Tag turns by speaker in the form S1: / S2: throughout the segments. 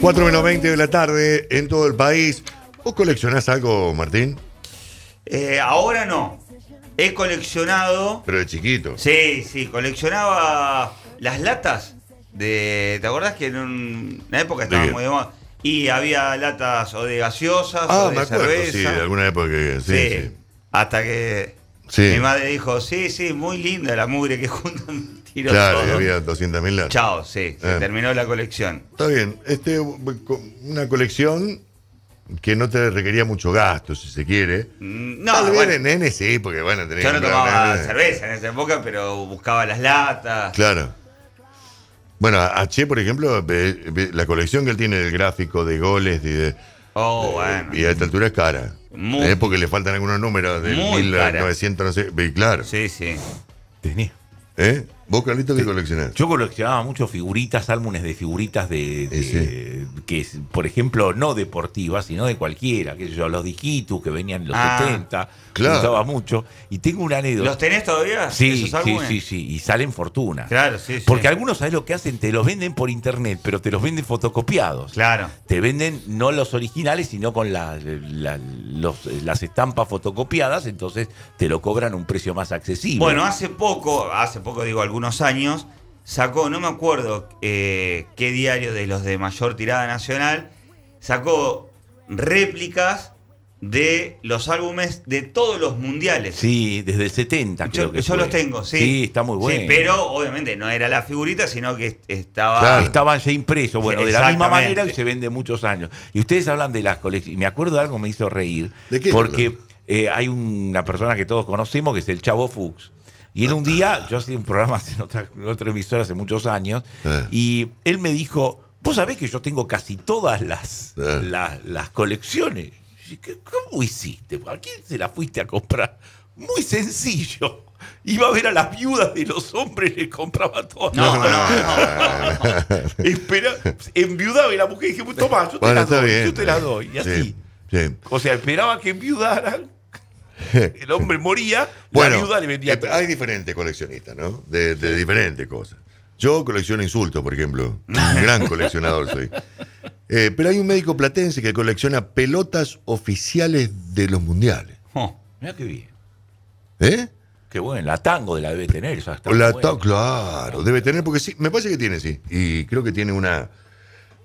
S1: 4 menos 20 de la tarde en todo el país. ¿Vos coleccionás algo, Martín?
S2: Eh, ahora no. He coleccionado.
S1: Pero de chiquito.
S2: Sí, sí, coleccionaba las latas de. ¿Te acordás que en un- una época estaban
S1: qué?
S2: muy de moda? Y había latas o de gaseosas o
S1: Ah,
S2: de
S1: me acuerdo,
S2: cerveza.
S1: sí, de alguna época que... Sí, sí.
S2: Hasta que
S1: Sí.
S2: mi madre dijo, sí, sí, muy linda la mugre que juntan tiro
S1: Claro, y
S2: todo".
S1: había 200.000 latas.
S2: Chao, sí, se
S1: Eh.
S2: terminó la colección.
S1: Está bien. Este, co- una colección que no te requería mucho gasto, si se quiere.
S2: Mm, No,
S1: Tal vez
S2: bueno,
S1: de nene sí, porque bueno, tenés
S2: yo no
S1: que comprar
S2: tomaba
S1: nene.
S2: cerveza en esa época, pero buscaba las latas.
S1: Claro. Bueno, a a Che, por ejemplo, ve- ve- la colección que él tiene del gráfico de goles y de,
S2: Oh, bueno.
S1: y a esta altura es cara.
S2: Muy-
S1: es porque le faltan algunos números del
S2: Muy
S1: 1900, no sé. ve, Claro.
S2: Sí, sí.
S3: Tenía.
S1: ¿Eh? ¿Vos, Carlito, qué coleccionás?
S3: Yo coleccionaba mucho figuritas, álbumes de figuritas de, de-
S1: Ese.
S3: que es, por ejemplo, no deportivas, sino de cualquiera, que yo, los dijitus que venían en los
S2: Ah,
S3: 70,
S1: claro.
S3: usaba mucho. Y tengo una anécdota.
S2: ¿Los tenés todavía?
S3: sí,
S2: esos
S3: sí,
S2: álbumes?
S3: sí, sí, y salen fortuna.
S2: Claro, sí, sí.
S3: Porque algunos, ¿sabes lo que hacen? Te los venden por internet, pero te los venden fotocopiados.
S2: Claro.
S3: Te venden no los originales, sino con la- la- los- las estampas fotocopiadas, entonces te lo cobran a un precio más accesible.
S2: Bueno, hace poco, hace poco digo algunos años, sacó, no me acuerdo eh, qué diario de los de mayor tirada nacional, sacó réplicas de los álbumes de todos los mundiales.
S3: Sí, desde el 70 creo
S2: yo
S3: que
S2: yo
S3: fue.
S2: los tengo, sí.
S3: Sí, está muy bueno.
S2: Sí, pero obviamente no era la figurita, sino que est- estaba...
S1: Claro.
S3: Estaban ya impresos, bueno,
S2: Sí,
S3: de la misma
S2: exactamente.
S3: manera que se vende muchos años. Y ustedes hablan de las colecciones. Me acuerdo de algo que me hizo reír.
S1: ¿De qué
S3: Porque
S1: hablan?
S3: eh, hay una persona que todos conocemos que es el Chavo Fuchs. Y él un día, yo hacía un programa en otra, en otra emisora hace muchos años,
S1: Eh.
S3: y él me dijo: Vos sabés que yo tengo casi todas las,
S1: Eh.
S3: las, las colecciones. Y dije, "¿Qué- ¿Cómo hiciste? ¿A quién se la fuiste a comprar? Muy sencillo. Iba a ver a las viudas de los hombres, les compraba todas.
S2: No, no, no.
S3: Espera, enviudaba y la mujer dije, "Pues, toma, yo te
S1: Bueno,
S3: la
S1: está
S3: doy,
S1: bien.
S3: yo te la doy. Y así.
S1: Sí, sí.
S3: O sea, esperaba que enviudaran, el hombre moría, la viuda le vendía
S1: eh,
S3: todo.
S1: hay diferentes coleccionistas, ¿no? De, de diferentes cosas. Yo colecciono insultos, por ejemplo. Un gran coleccionador soy. Eh, pero hay un médico platense que colecciona pelotas oficiales de los mundiales.
S2: Oh,
S3: Mirá qué bien.
S1: ¿Eh?
S3: Qué bueno, la tango de la debe tener. esa está
S1: La
S3: buena.
S1: ta- claro, debe tener, porque sí, me parece que tiene, sí. Y creo que tiene una.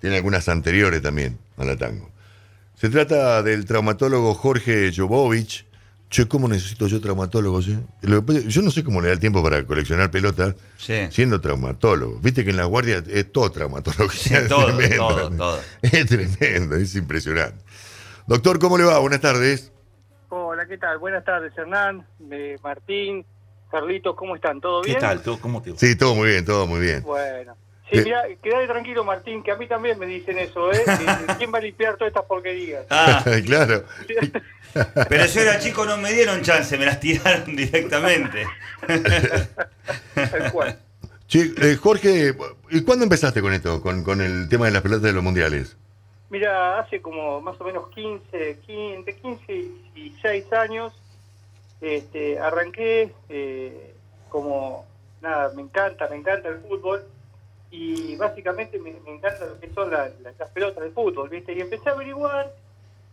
S1: Tiene algunas anteriores también a la tango. Se trata del traumatólogo Jorge Jovovich. Che, ¿cómo necesito yo traumatólogos? eh? Lo que pasa- Yo no sé cómo le da el tiempo para coleccionar pelotas
S2: sí.
S1: siendo traumatólogo. Viste que en la guardia es todo traumatólogo.
S2: Sí, todo, todo, todo.
S1: Es tremendo, es impresionante. Doctor, ¿cómo le va? Buenas tardes.
S4: Hola, ¿qué tal? Buenas tardes, Hernán, eh, Martín, Carlitos, ¿cómo están? ¿Todo
S3: ¿Qué
S4: bien?
S3: tal? ¿Tú, ¿Cómo te va?
S1: Sí, todo muy bien, todo muy bien.
S4: Bueno. Sí,
S1: Eh.
S4: mirá, quedate tranquilo, Martín, que a mí también me dicen eso, ¿eh? Que- ¿Quién va a limpiar todas estas porquerías?
S2: Ah,
S1: claro.
S2: pero yo era chico, no me dieron chance, me las tiraron directamente.
S4: Tal cual.
S1: Che, eh, Jorge, ¿y cuándo empezaste con esto? Con, con el tema de las pelotas de los mundiales.
S4: Mira, hace como más o menos 15, 15 entre 15 y 16 años, este, arranqué eh, como, nada, me encanta, me encanta el fútbol y básicamente me, me encanta lo que son la- la- las pelotas de fútbol, ¿viste? Y empecé a averiguar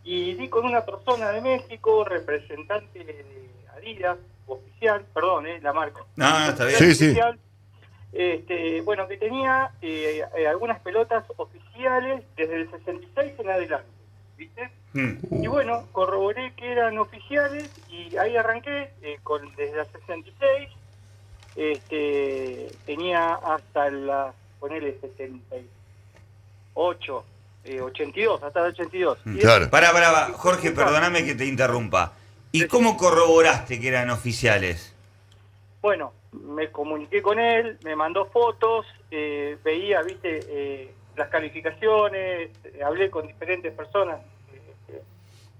S4: y di con una persona de México, representante de Adidas, oficial, perdón, eh, la marca.
S2: No, no, Ah, está bien.
S1: Sí, sí.
S4: Oficial, este, bueno, que tenía eh, eh, algunas pelotas oficiales desde el 66 en adelante, ¿viste?
S2: Mm.
S4: Y bueno, corroboré que eran oficiales y ahí arranqué eh, con desde la 66, este, tenía hasta la, ponele 68, eh, 82, hasta la 82. Y
S1: Claro.
S2: Pará, pará, pará. Jorge, perdóname que te interrumpa. ¿Y cómo corroboraste que eran oficiales?
S4: Bueno, me comuniqué con él, me mandó fotos, eh, veía, viste, eh, las calificaciones, eh, hablé con diferentes personas. eh,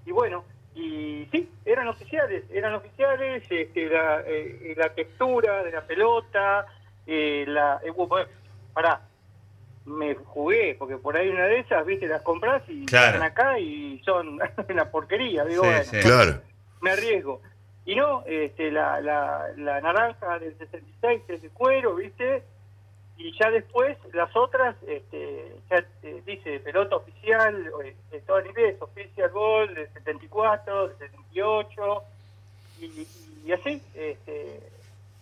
S4: y bueno, y sí, eran oficiales, eran oficiales, este, la, eh, la textura de la pelota, eh, la... eh, bueno, pará, me jugué, porque por ahí una de esas, viste, las compras y
S2: Claro.
S4: están acá y son una porquería, digo,
S2: Sí,
S4: bueno,
S2: sí.
S1: Uh, Claro.
S4: me arriesgo. Y no, este, la, la, la naranja del 66 es de cuero, ¿viste? Y ya después las otras, este, ya eh, dice pelota oficial, eh, de todo en inglés, oficial gol del 74, del 78, y, y- y así, este,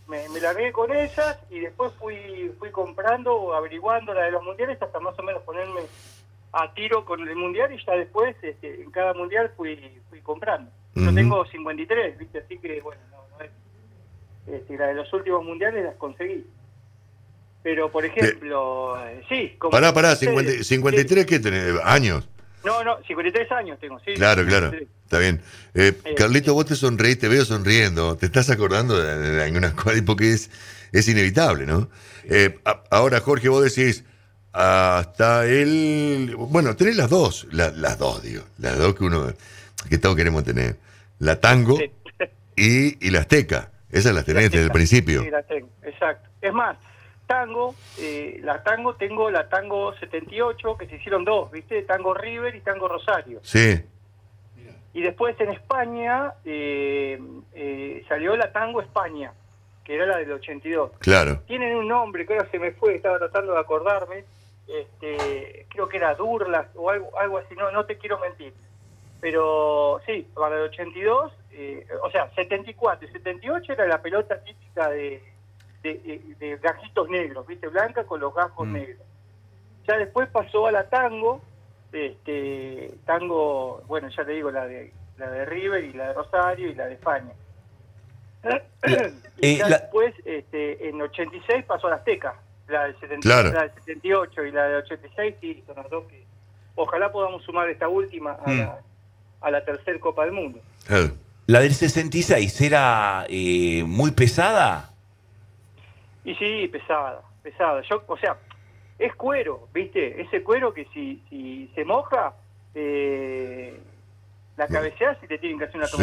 S4: me, me largué con esas y después fui, fui comprando, averiguando la de los mundiales hasta más o menos ponerme a tiro con el mundial y ya después este, en cada mundial fui, fui comprando. Yo
S1: Ujú.
S4: tengo 53, ¿viste? Así que, bueno, no, no es. Este, la de los últimos mundiales las conseguí. Pero, por ejemplo, eh, sí. Como
S1: Pará, pará,
S4: Sí,
S1: 50 53, ¿qué tenés? ¿Años?
S4: sí. No, no, 53 años tengo, sí.
S1: Claro, claro.
S4: 53.
S1: Está bien. Eh,
S4: Eh,
S1: Carlito, vos te sonreís, te veo sonriendo. Te estás acordando de, de algunas cosas porque es, es inevitable, ¿no? Eh, a- ahora, Jorge, vos decís, hasta el. Bueno, tenés las dos. la- las dos, digo. Las dos que uno. que todos queremos tener. La tango
S4: Sí.
S1: y, y la azteca. Esas las tenés desde el
S4: Azteca.
S1: principio.
S4: Sí, la tengo, exacto. Es más, tango, eh, la tango tengo la tango 78, que se hicieron dos, ¿viste? Tango River y tango Rosario.
S1: Sí.
S4: Y después en España eh, eh, salió la tango España, que era la del 82.
S1: Claro.
S4: Tienen un nombre que ahora se me fue, estaba tratando de acordarme. Este, creo que era Durlas o algo, algo así, no, no te quiero mentir. Pero sí, para el 82, eh, o sea, 74 y 78 era la pelota típica de, de, de- de gajitos negros, ¿viste? Blanca con los gajos
S2: Mm.
S4: negros. Ya después pasó a la tango, este, tango, bueno, ya te digo, la de, la de River y la de Rosario y la de España. y
S3: eh,
S4: ya
S3: la-
S4: después, este, en 86 pasó a la Azteca, la del, 70
S1: Claro.
S4: la del 78 y la del 86, sí, son las dos que... Ojalá podamos sumar esta última a,
S2: Mm.
S4: la, a la tercer Copa del Mundo.
S1: Claro.
S3: ¿La del 66 era eh, muy pesada?
S4: Y sí, pesada, pesada. Yo, o sea, es cuero, ¿viste? Ese cuero que si, si se moja, eh, la cabeceas y te tienen que hacer una
S1: Sí.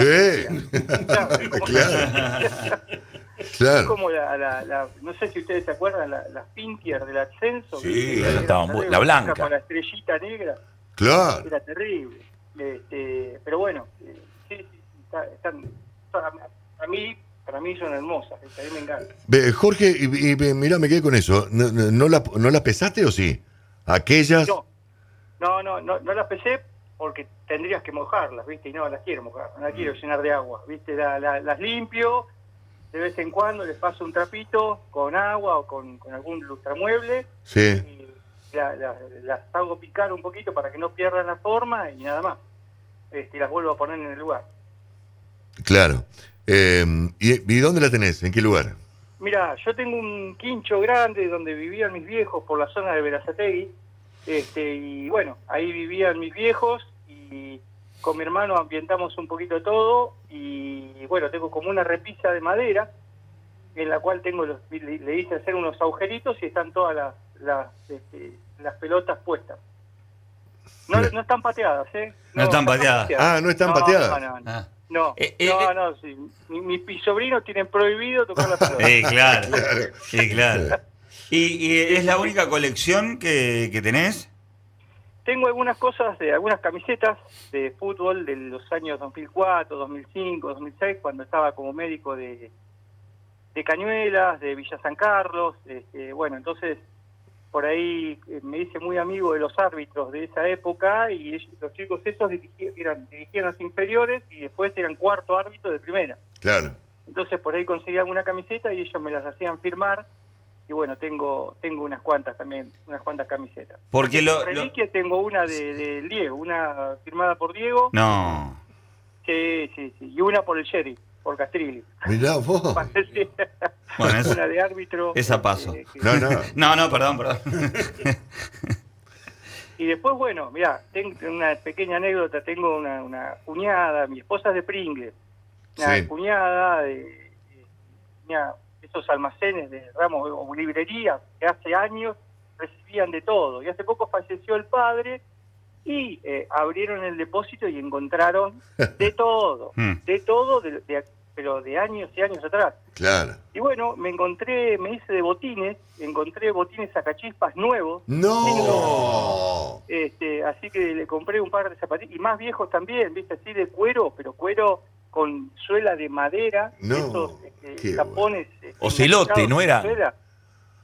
S4: tomografía. Claro, es como-
S1: Claro.
S4: es
S1: Claro.
S4: como la, la- la- no sé si ustedes se acuerdan, la- las Pinkier del ascenso.
S3: Sí,
S4: ¿viste?
S3: la
S4: Era
S3: estaban bu-
S4: terrible,
S3: la blanca.
S4: Con la estrellita negra,
S1: Claro.
S4: era terrible. Este, pero bueno, eh, sí, sí, sí, está- están, para, para mí, para mí son hermosas, ¿viste? a mí me encanta.
S1: Ve, Jorge, y, y ve, mirá, me quedé con eso. ¿No, no, no la, ¿No la pesaste o sí?
S3: Ah.
S1: Aquellas.
S4: No, no, no, no, no las pesé porque tendrías que mojarlas, ¿viste? Y no las quiero mojar, no las quiero
S3: Mm.
S4: llenar de agua, ¿viste? La- la- las limpio, de vez en cuando les paso un trapito con agua o con, con algún lustramueble
S1: Sí.
S4: y la- la- las hago picar un poquito para que no pierdan la forma y nada más. Este, y las vuelvo a poner en el lugar.
S1: Claro. Eh, ¿y, y dónde la tenés? ¿En qué lugar?
S4: Mira, yo tengo un quincho grande donde vivían mis viejos por la zona de Verazategui. Este, y bueno, ahí vivían mis viejos y con mi hermano ambientamos un poquito todo. Y bueno, tengo como una repisa de madera en la cual tengo los- le, le hice hacer unos agujeritos y están todas las, las, este, las pelotas puestas. No,
S1: Bien.
S4: no están pateadas, ¿eh?
S2: No están pateadas.
S1: Ah, no están pateadas.
S4: No, no, no.
S2: Ah.
S4: No,
S2: Eh, eh,
S4: no,
S2: eh.
S4: no, sí. Mi- Mis, sobrinos tienen prohibido tocar la pelota.
S2: Eh, claro. Sí, claro. ¿Y, y es la única colección que, que tenés?
S4: Tengo algunas cosas, de algunas camisetas de fútbol de los años 2004, 2005, 2006, cuando estaba como médico de, de Cañuelas, de Villa San Carlos. este, bueno, entonces por ahí eh, me hice muy amigo de los árbitros de esa época y ellos- los chicos esos dirigían, eran, dirigían las inferiores y después eran cuarto árbitro de primera.
S1: Claro.
S4: Entonces por ahí conseguía alguna camiseta y ellos me las hacían firmar. Y bueno, tengo tengo unas cuantas también, unas cuantas camisetas.
S2: Porque lo... lo-
S4: Reliquia tengo una de, de Diego, una firmada por Diego.
S2: No.
S4: Sí, sí, sí. Y una por el sheriff, por Castrilli.
S1: Mirá vos.
S4: Sí.
S2: Bueno, es-
S4: una de árbitro.
S2: esa paso.
S4: eh, que-
S1: No, no.
S2: No, no, perdón, perdón.
S4: Y después, bueno, mira, tengo una pequeña anécdota. Tengo una, una cuñada, mi esposa es de Pringles. Una
S1: Sí.
S4: cuñada de, de- tenía esos almacenes de, Ramos o librerías que hace años recibían de todo. Y hace poco falleció el padre y eh, abrieron el depósito y encontraron de todo,
S2: Mm.
S4: de todo, de- de- pero de años y años atrás.
S1: Claro.
S4: Y bueno, me encontré, me hice de botines, encontré botines sacachispas nuevos,
S1: ¡No!
S4: este, así que le compré un par de zapatillas, y más viejos también, viste, así de cuero, pero cuero con suela de madera,
S1: No,
S4: esos eh,
S1: qué
S4: tapones... eh,
S3: Ocelote,
S4: enganchados
S3: ¿no
S4: con
S3: era?
S4: suela.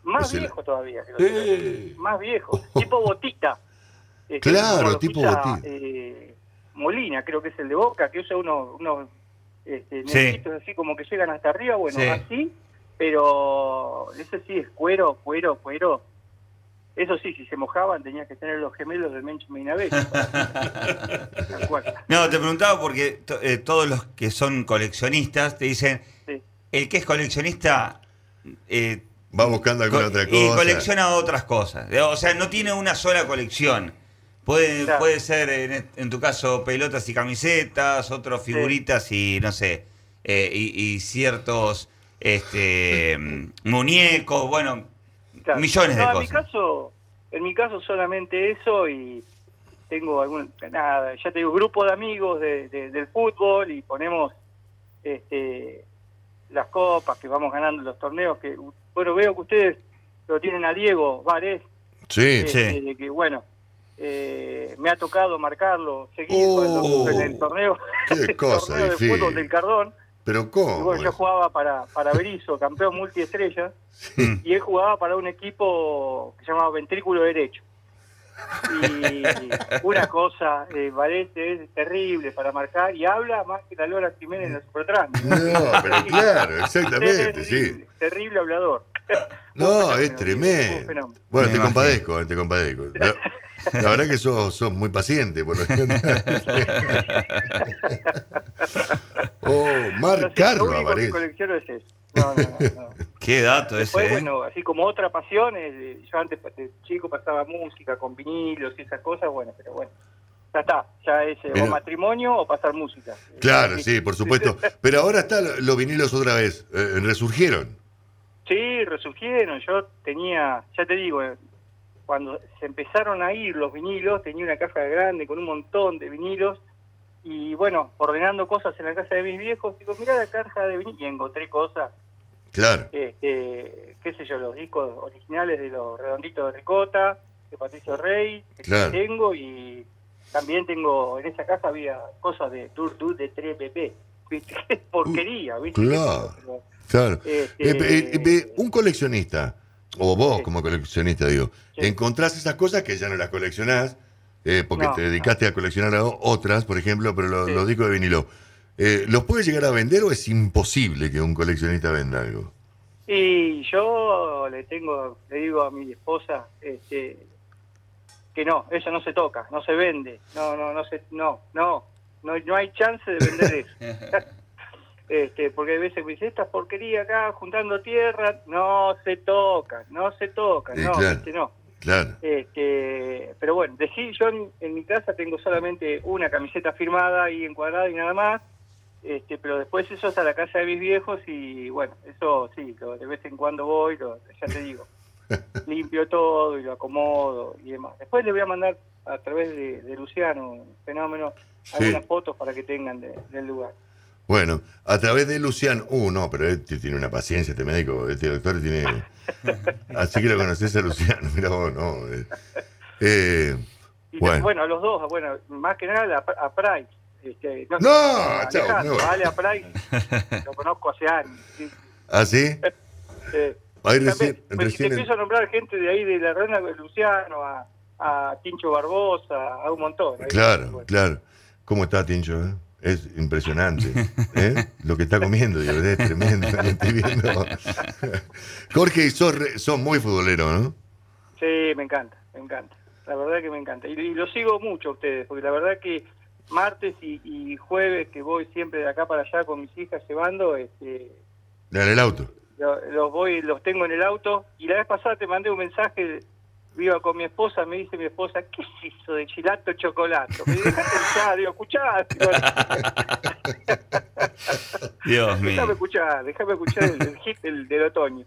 S4: Más
S1: Ocel-
S4: viejo todavía. que los ocelotes
S3: Eh,
S4: más viejo, tipo botita. Este,
S1: Claro,
S4: como lo
S1: tipo
S4: usa,
S1: botita.
S4: eh, Molina, creo que es el de Boca, que usa unos, unos este,
S2: Sí.
S4: negritos así como que llegan hasta arriba, bueno,
S2: Sí.
S4: así, pero ese sí es cuero, cuero, cuero. Eso sí, si se mojaban tenías que tener los gemelos del Mencho Minabel. Tal cual.
S2: No, te preguntaba porque to- eh, todos los que son coleccionistas te dicen,
S4: Sí.
S2: el que es coleccionista eh,
S1: Va buscando alguna
S2: co-
S1: otra
S2: y
S1: cosa.
S2: colecciona otras cosas. O sea, no tiene una sola colección. Puede,
S4: Claro.
S2: puede ser, en, e, en tu caso, pelotas y camisetas, otros figuritas y, no sé, eh, y, y ciertos este, mm, muñecos, bueno,
S4: Claro.
S2: millones de
S4: No, En
S2: cosas.
S4: mi caso, en mi caso solamente eso y tengo algún nada, ya te digo, grupo de amigos de- de- del fútbol y ponemos este, las copas que vamos ganando los torneos que bueno veo que ustedes lo tienen a Diego Vares
S1: Sí.
S2: Sí.
S4: este, de que bueno eh, me ha tocado marcarlo seguido
S1: Oh,
S4: en, los- en el torneo,
S1: qué
S4: el
S1: cosa
S4: torneo de
S1: difícil. Oh,
S4: fútbol del Cardón
S1: Pero
S4: y
S1: ¿cómo?
S4: bueno, yo jugaba para, para Berizo, campeón multiestrella, y él jugaba para un equipo que se llamaba Ventrículo Derecho. Y una cosa, eh, Valente es terrible para marcar y habla más que la Lola Jiménez en la Supertrans.
S1: No, pero claro, exactamente,
S4: terrible,
S1: sí.
S4: terrible hablador.
S1: No,
S4: Un
S1: es
S4: fenómeno, un
S1: tremendo.
S4: fenómeno.
S1: Bueno,
S2: Me
S1: te
S2: imagino.
S1: compadezco, eh, te compadezco. La, la verdad que sos, sos muy paciente, por lo Oh,
S4: Lo
S1: marcarlo,
S4: único que
S1: aparece.
S4: colecciono es eso. No, no, no, no.
S2: Qué dato
S4: Después,
S2: ese. ¿eh?
S4: Pues bueno, así como otra pasión, es, eh, yo antes de chico pasaba música con vinilos y esas cosas, bueno, pero bueno, ya está, ya es eh,
S1: Pero-
S4: o matrimonio o pasar música.
S1: Claro,
S4: Eh,
S1: sí, por supuesto. Pero ahora están lo- los vinilos otra vez. eh, resurgieron.
S4: Sí, resurgieron, yo tenía, ya te digo, eh, cuando se empezaron a ir los vinilos, tenía una caja grande con un montón de vinilos, y bueno, ordenando cosas en la casa de mis viejos, digo, mirá la caja de vinilos, y encontré cosas
S1: Claro.
S4: este, qué sé yo, los discos originales de los redonditos de Ricota, de Patricio Rey, que
S1: Claro.
S4: tengo y también tengo, en esa casa había cosas de Tour Tour de 3PP, ¿viste? Qué porquería, ¿viste?
S1: claro. Claro.
S4: Este,
S1: Eh, eh, eh, eh, un coleccionista, o vos
S4: Sí.
S1: como coleccionista, digo,
S4: Sí.
S1: encontrás esas cosas que ya no las coleccionás, eh, porque
S4: No,
S1: te
S4: no.
S1: dedicaste a coleccionar a o- otras, por ejemplo, pero lo-
S4: Sí.
S1: los discos de vinilo. Eh, ¿Los puede llegar a vender o es imposible que un coleccionista venda algo?
S4: Y yo le tengo, le digo a mi esposa, este, que no, eso no se toca, no se vende, no, no, no se, no, no, no, no hay chance de vender eso. este, porque hay veces que dice, esta porquería acá, juntando tierra, no se toca, no se toca,
S1: Sí,
S4: no,
S1: claro.
S4: este, no.
S1: Claro.
S4: Este, pero bueno, de sí, yo en, en mi casa tengo solamente una camiseta firmada y encuadrada y nada más. Este, pero después eso es a la casa de mis viejos y bueno, eso sí, lo- de vez en cuando voy, lo- ya te digo, limpio todo y lo acomodo y demás. Después le voy a mandar a través de, de Luciano, un fenómeno,
S1: Sí.
S4: algunas fotos para que tengan de- del lugar.
S1: Bueno, a través de Luciano. Uh, no, pero este tiene una paciencia este médico, este doctor tiene. Así que lo conoces a Luciano, mira vos, no. eh. Eh,
S4: Y
S1: Bueno.
S4: bueno. a los dos, bueno, más que nada a, a Price. Este,
S1: No,
S4: a
S1: chao,
S4: Alejandro,
S1: me voy.
S4: vale, a Price, lo conozco hace años. sí,
S1: ¿Ah, sí?
S4: sí.
S1: Ahí
S4: Eh, También,
S1: recién.
S4: pues, si te
S1: recién
S4: empiezo a nombrar gente de ahí, de la Rana Luciano, a, a Tincho Barbosa, a un montón. Ahí,
S1: Claro,
S4: bueno.
S1: claro. ¿Cómo está, Tincho? eh? Es impresionante. ¿eh? Lo que está comiendo, de verdad, es tremendo. lo estoy viendo. Jorge, sos, re- sos muy futbolero, ¿no?
S4: Sí, me encanta, me encanta. La verdad que me encanta. Y, y lo sigo mucho a ustedes, porque la verdad que martes y, y jueves que voy siempre de acá para allá con mis hijas llevando, este,
S1: En el auto.
S4: lo- los voy, los tengo en el auto. Y la vez pasada te mandé un mensaje, viva con mi esposa, me dice mi esposa, ¿qué es eso de chilato chocolato? Me dice, "Dejá pensar, digo, escuchá. digo,
S2: Dios
S4: Déjame
S2: mío.
S4: escuchar, déjame escuchar el, el hit del, del otoño.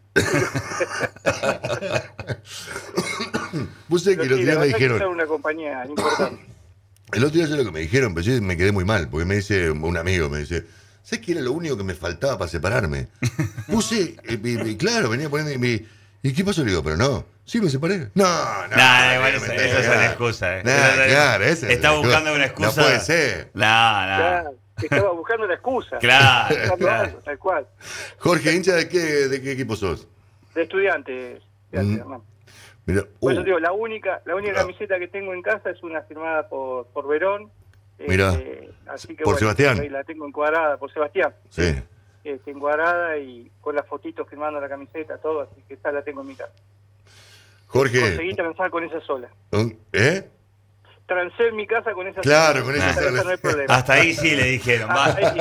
S1: Puse que el
S4: Pero
S1: otro día
S4: sí, la
S1: me
S4: verdad que
S1: dijeron.
S4: son una compañía importante.
S1: El otro día yo lo que me dijeron, pero yo me quedé muy mal, porque me dice un amigo, me dice, ¿sabes qué era lo único que me faltaba para separarme? Puse, eh, mi- mi- claro, venía poniendo mi... ¿Y qué pasó? Le digo, pero no, sí me separé. No, no.
S2: Nah, igual
S1: no
S2: esa-
S1: me
S2: esa es
S1: claro.
S2: una excusa, eh.
S1: Nah,
S2: Esa es una-
S1: claro, esa es
S2: Está
S1: la excusa.
S2: buscando una excusa.
S1: No puede ser.
S2: No,
S1: Ah.
S2: no.
S4: Claro, estaba buscando una excusa.
S2: Claro,
S4: Buscando
S2: claro.
S4: algo, tal cual.
S1: Jorge, hincha, ¿de qué, de qué equipo sos?
S4: De estudiantes. de
S1: Mm.
S4: Hernán.
S1: Mira,
S4: Por
S1: uh,
S4: eso te digo, la única, la única
S1: Ah.
S4: camiseta que tengo en casa es una firmada por, por Verón.
S1: Mirá.
S4: Este, así que
S1: Por
S4: bueno,
S1: Sebastián.
S4: ahí La tengo encuadrada, por Sebastián.
S1: sí.
S4: Este, encuadrada y con las fotitos firmando la camiseta, todo. Así que esa la tengo en mi casa. Conseguí
S1: Jorge,
S4: transar con esa sola.
S1: un- ¿eh?
S4: Transé en mi casa con esa
S1: Claro,
S4: sola.
S1: con esa
S4: Hasta
S1: sola.
S4: No hay problema.
S2: Hasta ahí sí le dijeron.
S4: Hasta
S2: va.
S4: ahí,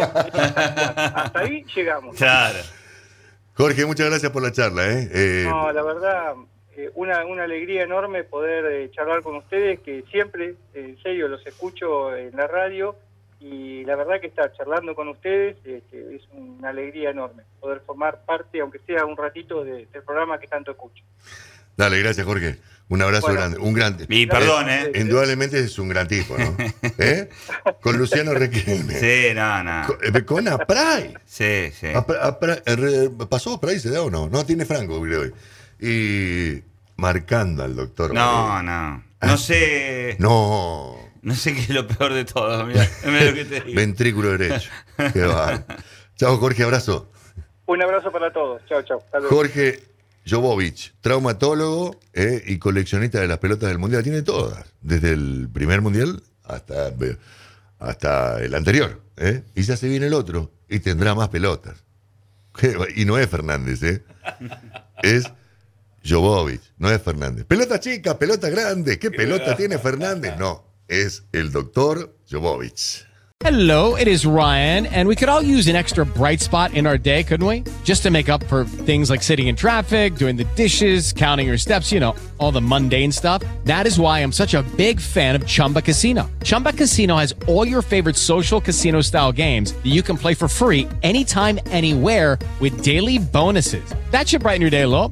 S4: hasta ahí llegamos.
S2: Claro.
S1: Jorge, muchas gracias por la charla, ¿eh? Eh,
S4: No, la verdad, eh, una, una alegría enorme poder eh, charlar con ustedes, que siempre, eh, en serio, los escucho en la radio y la verdad que estar charlando con ustedes este, es una alegría enorme, poder formar parte, aunque sea un ratito, de- del programa que tanto escucho.
S1: Dale, gracias, Jorge. Un abrazo
S4: Bueno.
S1: grande, un grande.
S2: Y perdón, ¿eh?
S1: Indudablemente es un gran tipo, ¿no? ¿Eh? Con Luciano Requelme.
S2: Sí, no, no.
S1: Con, eh, con Apray.
S2: Sí, sí.
S1: Apra- Apra- eh, re- ¿Pasó Apray, se da o no? No, tiene Franco, creo. hoy. Y marcando al doctor.
S2: No,
S1: Mauri.
S2: no. No sé.
S1: No.
S2: No sé qué es lo peor de todo. Mira, lo que te digo.
S1: Ventrículo derecho. Qué bárbaro. Chao, Jorge, abrazo.
S4: Un abrazo para todos. Chao, chao. Hasta luego.
S1: Jorge Jovovich, traumatólogo eh, y coleccionista de las pelotas del mundial. Tiene todas, desde el primer mundial hasta, eh, hasta el anterior. eh. Y ya se viene el otro y tendrá más pelotas. Qué va- Y no es Fernández, ¿eh? es Jovovich, no es Fernández. Pelota chica, pelota grande, ¿qué pelota tiene Fernández? No, es el doctor Jovovich.
S5: Hello, it is Ryan, and we could all use an extra bright spot in our day, couldn't we? Just to make up for things like sitting in traffic, doing the dishes, counting your steps, you know, all the mundane stuff. That is why I'm such a big fan of Chumba Casino. Chumba Casino has all your favorite social casino style games that you can play for free anytime, anywhere with daily bonuses. That should brighten your day a little.